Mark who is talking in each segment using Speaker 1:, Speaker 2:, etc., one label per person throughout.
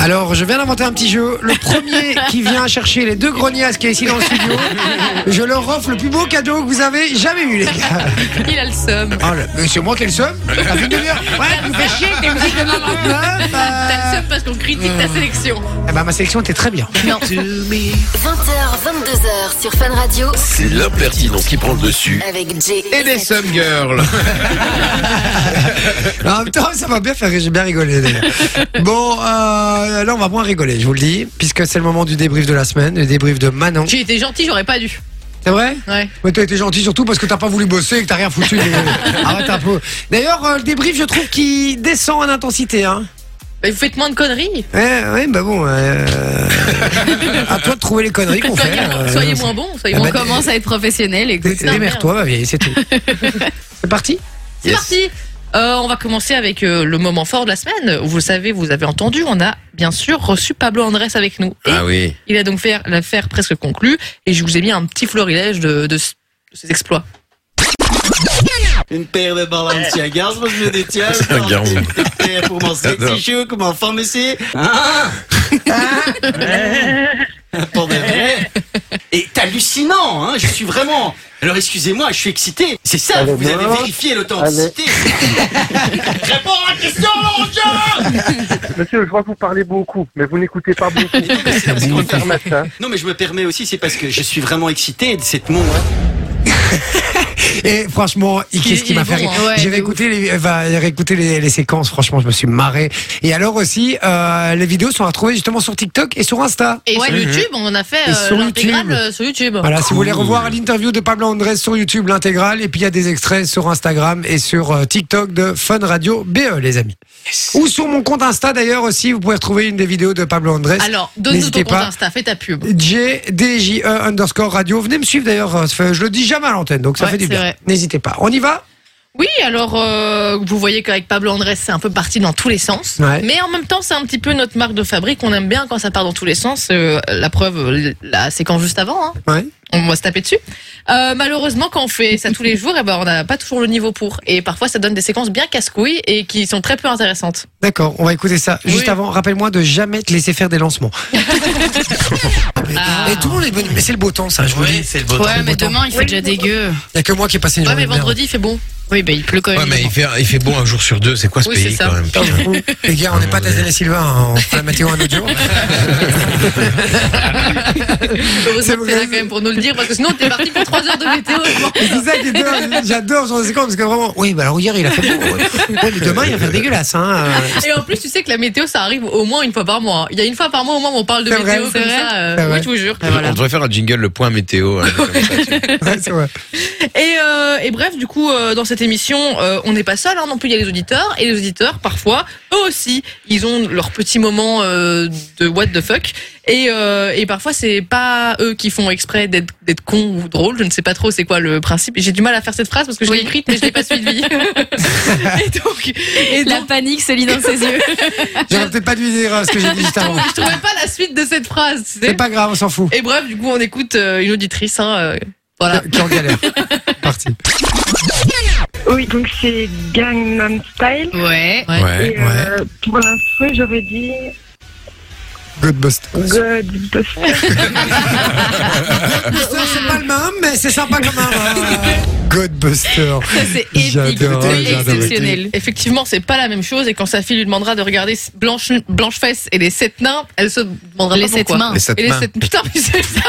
Speaker 1: Alors, je viens d'inventer un petit jeu. Le premier qui vient chercher les deux grognasses qui est ici dans le studio, je leur offre le plus beau cadeau que vous avez jamais eu, les gars.
Speaker 2: Il a le seum.
Speaker 1: Ah, le- mais c'est moi qui ai le seum La vie de merde. Ouais, vous faites chier, tes musiques de maman. Ouais,
Speaker 2: T'as le
Speaker 1: bah...
Speaker 2: seum parce qu'on critique ta sélection.
Speaker 1: Eh ben, ma sélection était très bien.
Speaker 3: 20h, 22h sur Fun Radio
Speaker 4: C'est l'impertinence qui prend le dessus.
Speaker 3: avec Jay
Speaker 5: Et des Sum Girls.
Speaker 1: Mais En même temps, ça m'a bien fait rire, j'ai bien rigolé. d'ailleurs. Bon, euh, là, on va moins rigoler, je vous le dis, puisque c'est le moment du débrief de la semaine, le débrief de Manon.
Speaker 2: J'ai été gentil, j'aurais pas dû.
Speaker 1: C'est vrai
Speaker 2: Ouais.
Speaker 1: Mais t'as été gentil surtout parce que t'as pas voulu bosser et que t'as rien foutu. mais- euh, Arrête un peu. D'ailleurs, euh, le débrief, je trouve qu'il descend en intensité. Hein.
Speaker 2: Bah, vous faites moins de conneries.
Speaker 1: Ouais, ouais, bah bon. euh, à toi de trouver les conneries qu'on fait.
Speaker 2: Soyez, moins-
Speaker 1: euh,
Speaker 2: soyez moins bon, soyez
Speaker 1: Ah
Speaker 2: moins
Speaker 1: bah,
Speaker 2: comment
Speaker 6: commence à être professionnel.
Speaker 1: Dé-
Speaker 6: Écoute,
Speaker 2: non,
Speaker 1: Démerde-toi, va vieille, c'est tout. c'est parti
Speaker 2: C'est parti Euh, on va commencer avec euh, le moment fort de la semaine. Vous le savez, vous avez entendu, on a bien sûr reçu Pablo Andrés avec nous. Et
Speaker 5: Ah oui.
Speaker 2: il a donc fait l'affaire presque conclue et je vous ai mis un petit florilège de, de, s- de ses exploits.
Speaker 7: Une paire de Balenciagas, moi je me détiens.
Speaker 5: Balenciagas.
Speaker 7: Pour mon sexy show, comme en forme ici. Hein Pour de vrai. Et t'es hallucinant, hein Je suis vraiment. Alors excusez-moi, je suis excité. C'est ça, vous avez vérifié l'authenticité. Réponds à la question, mon
Speaker 8: Monsieur, je vois que vous parlez beaucoup, mais vous n'écoutez pas beaucoup.
Speaker 7: Non, mais c'est parce
Speaker 8: Je
Speaker 7: qu'on
Speaker 8: peux
Speaker 7: me
Speaker 8: me permettre, hein.
Speaker 7: Non, mais je me permets aussi, c'est parce que je suis vraiment excité de cette hein. montre.
Speaker 1: Et franchement, il- qu'est-ce qui
Speaker 2: Il est
Speaker 1: m'a fait
Speaker 2: bon,
Speaker 1: rire
Speaker 2: hein. Ouais,
Speaker 1: J'ai
Speaker 2: de
Speaker 1: réécouté, les, enfin, j'ai réécouté les, les séquences, franchement, je me suis marré. Et alors aussi, euh, les vidéos sont à retrouver justement sur TikTok et sur Insta.
Speaker 2: Et sur YouTube, on a fait
Speaker 1: Mhm. Et
Speaker 2: euh,
Speaker 1: sur
Speaker 2: l'intégrale
Speaker 1: YouTube.
Speaker 2: euh, sur YouTube.
Speaker 1: Voilà, si vous voulez revoir l'interview de Pablo Andrés sur YouTube, l'intégrale, et puis il y a des extraits sur Instagram et sur euh, TikTok de Fun Radio BE, les amis. Ou sur mon compte Insta d'ailleurs aussi, vous pouvez retrouver une des vidéos de Pablo Andrés.
Speaker 2: Alors, donne-nous ton
Speaker 1: N'hésitez
Speaker 2: compte
Speaker 1: pas.
Speaker 2: Insta, fais ta pub.
Speaker 1: JDJE E underscore radio. Venez me suivre d'ailleurs, euh, ça fait- je le dis jamais à l'antenne, donc ça
Speaker 2: Ouais,
Speaker 1: fait du
Speaker 2: c'est
Speaker 1: bien.
Speaker 2: vrai.
Speaker 1: N'hésitez pas. On y va
Speaker 2: Oui, alors euh, vous voyez qu'avec Pablo Andrés, c'est un peu parti dans tous les sens.
Speaker 1: Ouais.
Speaker 2: Mais en même temps, c'est un petit peu notre marque de fabrique. On aime bien quand ça part dans tous les sens. Euh, la preuve, euh, la séquence juste avant, hein,
Speaker 1: Ouais.
Speaker 2: on va se taper dessus. Euh, malheureusement, quand on fait ça tous les jours, eh ben, on n'a pas toujours le niveau pour. Et parfois, ça donne des séquences bien casse-couilles et qui sont très peu intéressantes.
Speaker 1: D'accord, on va écouter ça.
Speaker 2: Oui.
Speaker 1: Juste avant, rappelle-moi de jamais te laisser faire des lancements.
Speaker 2: Ah.
Speaker 1: Et tout le monde est bon, mais c'est le beau temps, ça, je vous le dis.
Speaker 5: c'est le bon
Speaker 6: Ouais, mais demain, il fait déjà dégueu.
Speaker 1: Il y a que moi qui ai passé une
Speaker 2: Ouais,
Speaker 1: journée.
Speaker 2: mais
Speaker 1: de merde.
Speaker 2: vendredi, il fait bon.
Speaker 6: Oui, bah, il pleut quand même.
Speaker 5: Ouais, mais il fait, il fait bon un jour sur deux. C'est quoi ce
Speaker 2: Oui, c'est
Speaker 5: pays
Speaker 2: ça.
Speaker 5: quand même putain.
Speaker 1: Les gars, on n'est pas Tazan et Sylvain, hein, on fait la météo un autre jour.
Speaker 2: Heureusement que
Speaker 1: vrai.
Speaker 2: t'es là quand même pour nous le dire, parce que sinon, t'es parti pour 3 heures de météo.
Speaker 1: Et C'est ça qui est dingue, j'adore genre de séquence, parce que vraiment, oui, bah alors hier il a fait beau. Ouais. Ouais, mais demain il va faire dégueulasse. Hein. euh.
Speaker 2: Et en plus, tu sais que la météo, ça arrive au moins une fois par mois. Il y a une fois par mois au moins où on parle de
Speaker 1: C'est
Speaker 2: météo
Speaker 1: vrai,
Speaker 2: comme
Speaker 1: c'est vrai.
Speaker 2: ça. euh,
Speaker 1: C'est vrai.
Speaker 2: oui, je vous jure.
Speaker 5: On devrait faire un jingle, le point météo. hein, comme ça.
Speaker 1: Ouais, c'est vrai.
Speaker 2: Et, euh, et bref, du coup, euh, dans cette émission, euh, on n'est pas seul hein, non plus. Il y a les auditeurs et les auditeurs, parfois, eux aussi, ils ont leur petit moment euh, de what the fuck. Et, euh, et parfois, c'est pas eux qui font exprès d'être d'être cons ou drôles. Je ne sais pas trop c'est quoi le principe. J'ai du mal à faire cette phrase parce que je l'ai écrite, mais je l'ai pas suivie. et donc, et
Speaker 6: La
Speaker 2: donc,
Speaker 6: panique se lit dans ses yeux.
Speaker 1: J'aurais peut-être pas dû dire euh, ce que j'ai dit juste avant.
Speaker 2: je trouvais pas la suite de cette phrase. tu sais.
Speaker 1: C'est pas grave, on s'en fout.
Speaker 2: Et bref, du coup, on écoute euh, une auditrice. Hein, euh, voilà.
Speaker 1: Qui en galère. Parti.
Speaker 9: Oui, donc c'est Gangnam Style.
Speaker 6: Ouais.
Speaker 2: Ouais.
Speaker 5: Ouais.
Speaker 9: Et, euh, pour l'instru, j'aurais dit
Speaker 1: Good bust.
Speaker 9: God.
Speaker 1: Buster, c'est pas le même, mais c'est sympa quand même. euh, Godbuster.
Speaker 6: Ça, c'est épique.
Speaker 1: J'adore,
Speaker 6: Oui,
Speaker 1: j'adore.
Speaker 6: exceptionnel.
Speaker 2: Effectivement, c'est pas la même chose. Et quand sa fille lui demandera de regarder Blanche, Blanche Fesse et les sept nains, elle se demandera
Speaker 6: Les
Speaker 2: pas
Speaker 6: sept
Speaker 2: pourquoi.
Speaker 6: mains.
Speaker 5: Les sept
Speaker 2: Et les
Speaker 5: mains.
Speaker 2: sept... Putain, mais c'est ça.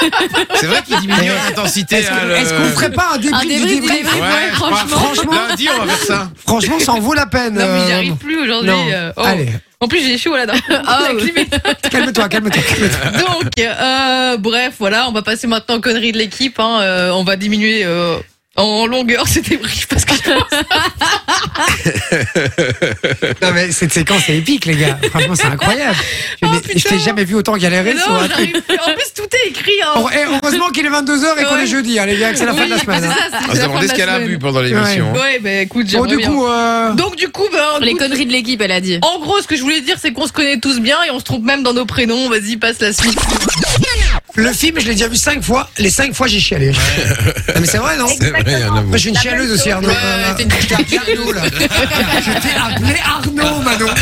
Speaker 5: C'est vrai qu'il diminue l'intensité.
Speaker 1: Est-ce
Speaker 5: hein,
Speaker 1: que-
Speaker 5: le-
Speaker 1: est-ce qu'on ferait pas un début
Speaker 6: Un
Speaker 1: du
Speaker 6: débrief,
Speaker 1: débrief
Speaker 6: débrief, ouais,
Speaker 5: Ouais,
Speaker 6: franchement.
Speaker 1: franchement.
Speaker 5: Lundi, on va faire ça.
Speaker 1: Franchement, ça en vaut la peine.
Speaker 2: Non, mais j'y
Speaker 1: euh,
Speaker 2: arrive plus aujourd'hui.
Speaker 1: non.
Speaker 2: euh, oh.
Speaker 1: Allez,
Speaker 2: En plus, j'ai chaud là.
Speaker 6: Ah, ouais.
Speaker 1: calme-toi, calme-toi. calme-toi.
Speaker 2: Donc, euh, bref, voilà, on va passer maintenant aux conneries de l'équipe. Hein, euh, on va diminuer euh, en longueur cet débrief parce que
Speaker 1: Non, mais cette séquence est épique, les gars. Franchement, c'est incroyable. Je,
Speaker 2: Oh,
Speaker 1: n'ai- je
Speaker 2: putain.
Speaker 1: t'ai jamais vu autant galérer
Speaker 2: Non,
Speaker 1: sur un truc.
Speaker 2: j'arrive plus. En plus, tout est écrit. Hein.
Speaker 1: Oh, eh, heureusement qu'il est 22h et qu'on
Speaker 2: Ouais.
Speaker 1: est jeudi, hein, les gars, que c'est la fin de la
Speaker 2: Oui,
Speaker 1: semaine.
Speaker 2: c'est
Speaker 1: hein.
Speaker 2: ça, c'est la
Speaker 5: On se
Speaker 2: fin de
Speaker 5: demande
Speaker 2: la
Speaker 5: ce qu'elle a
Speaker 2: semaine.
Speaker 5: bu pendant l'émission. hein.
Speaker 2: Ouais, bah écoute,
Speaker 1: Bon,
Speaker 2: j'aimerais
Speaker 1: du
Speaker 2: bien.
Speaker 1: coup, euh,
Speaker 2: Donc du coup, ben,
Speaker 6: Les
Speaker 2: écoute,
Speaker 6: conneries de l'équipe, elle a dit.
Speaker 2: en gros, ce que je voulais dire, c'est qu'on se connaît tous bien et on se trouve même dans nos prénoms. Vas-y, passe la suite.
Speaker 1: le film, je l'ai déjà vu cinq fois. Les cinq fois, j'ai chialé. Non, mais c'est vrai, non
Speaker 5: C'est vrai, il y en a
Speaker 1: Moi, je suis une
Speaker 9: La
Speaker 1: chialeuse
Speaker 9: même
Speaker 1: aussi,
Speaker 9: chose.
Speaker 1: Arnaud.
Speaker 2: Ouais,
Speaker 1: Euh,
Speaker 2: t'es une
Speaker 1: J'ai appelé Arnaud, là. J'étais appelé Arnaud, Manon.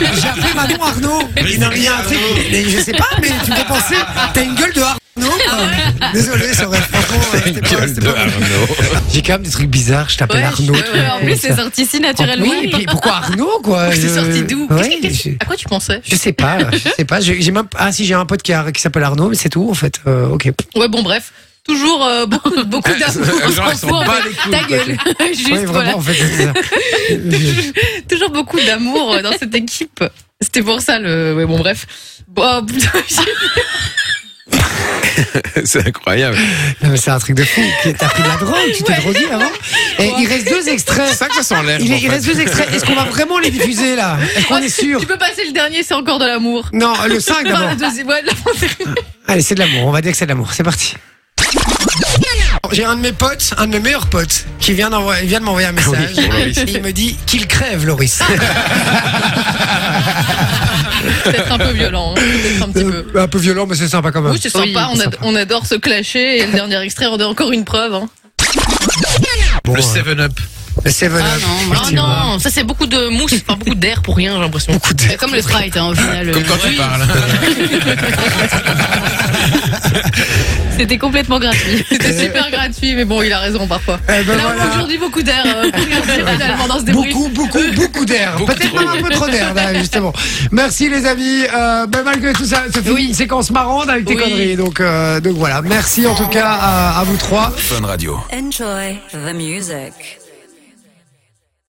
Speaker 1: J'ai appelé Manon Arnaud. Mais non, mais il y a un truc. mais je sais pas, mais tu me fais penser. T'as une gueule de Arnaud.
Speaker 2: Ah
Speaker 1: quoi. Désolé, c'est vrai. Franchement, euh, c'était
Speaker 5: une
Speaker 1: pas-
Speaker 5: gueule
Speaker 1: c'était
Speaker 5: de
Speaker 1: pas-
Speaker 5: Arnaud.
Speaker 1: J'ai quand même des trucs bizarres. Je t'appelle
Speaker 2: Ouais,
Speaker 1: Arnaud.
Speaker 2: je-
Speaker 1: tout
Speaker 2: ouais,
Speaker 1: le
Speaker 6: En
Speaker 1: coup,
Speaker 6: plus,
Speaker 1: ça.
Speaker 6: c'est sorti si naturellement.
Speaker 1: Oui, puis pourquoi Arnaud, quoi
Speaker 2: C'est
Speaker 1: Je-
Speaker 2: sorti d'où
Speaker 1: Ouais,
Speaker 2: Qu'est-ce que-
Speaker 1: je-
Speaker 2: À quoi tu pensais
Speaker 1: je sais pas, je sais pas. J'ai j'ai même ah si j'ai un pote qui, a- qui s'appelle Arnaud, mais c'est tout en fait. Euh, ok.
Speaker 2: Ouais, bon, bref. Toujours euh, beaucoup, beaucoup d'amour.
Speaker 5: Les gens, ils sont
Speaker 6: Pour
Speaker 5: pas les couilles,
Speaker 6: ta
Speaker 5: quoi.
Speaker 6: gueule. Juste,
Speaker 1: Ouais,
Speaker 6: voilà.
Speaker 1: vraiment en fait. c'est ça.
Speaker 2: Toujours beaucoup d'amour euh, dans cette équipe. C'était pour ça le. Ouais, bon, bref. Bon, euh,
Speaker 5: C'est incroyable.
Speaker 1: Non, mais c'est un truc de fou. T'as pris de la drogue, tu t'es drogué avant. Et il reste deux
Speaker 5: C'est
Speaker 1: extraits.
Speaker 5: ça que ça s'enlève.
Speaker 1: Il,
Speaker 5: en
Speaker 1: il reste deux extraits. Est-ce qu'on va vraiment les diffuser là Est-ce qu'on est sûr
Speaker 2: tu peux passer le dernier, c'est encore de l'amour.
Speaker 1: Non, le 5
Speaker 2: Enfin,
Speaker 1: d'abord.
Speaker 2: la deuxième, ouais, la première.
Speaker 1: Allez, c'est de l'amour. On va dire que c'est de l'amour. C'est parti. J'ai un de mes potes, un de mes meilleurs potes, qui vient, d'envoyer- il vient de m'envoyer un message.
Speaker 5: Oui, pour Loris.
Speaker 1: Et il me dit qu'il crève, Loris.
Speaker 2: Peut-être un peu violent. hein, Peut-être un petit peu.
Speaker 1: Euh, un peu violent, mais c'est sympa quand même.
Speaker 2: Oui, c'est sympa,
Speaker 1: Oui,
Speaker 2: on,
Speaker 1: c'est
Speaker 2: ad- on adore se clasher et le dernier extrait on a encore une preuve. hein.
Speaker 1: Bon,
Speaker 5: Le
Speaker 1: euh,
Speaker 5: 7-Up.
Speaker 1: le Seven
Speaker 6: Ah
Speaker 1: Up,
Speaker 6: non,
Speaker 2: Ah
Speaker 1: effectivement.
Speaker 2: non, ça c'est beaucoup de mousse, enfin beaucoup d'air pour rien, j'ai l'impression.
Speaker 1: Beaucoup de-
Speaker 6: C'est comme le Sprite, hein, au final.
Speaker 5: Comme quand
Speaker 6: euh,
Speaker 5: tu parles.
Speaker 6: C'était complètement gratuit.
Speaker 2: C'était super gratuit, mais bon, il a raison parfois.
Speaker 1: Eh ben
Speaker 2: Là,
Speaker 1: voilà.
Speaker 2: aujourd'hui, beaucoup d'air euh, pour rien dire, finalement, dans ce débrief.
Speaker 1: Beaucoup, beaucoup, beaucoup d'air.
Speaker 5: Beaucoup
Speaker 1: Peut-être
Speaker 5: trop.
Speaker 1: même un peu trop d'air, là, justement. Merci les amis. Euh, ben, malgré tout ça, ça fait une séquence marrante avec tes
Speaker 2: Oui.
Speaker 1: conneries. Donc, euh, donc voilà. Merci en tout cas à, à vous trois.
Speaker 4: Fun Radio.
Speaker 3: Enjoy the music.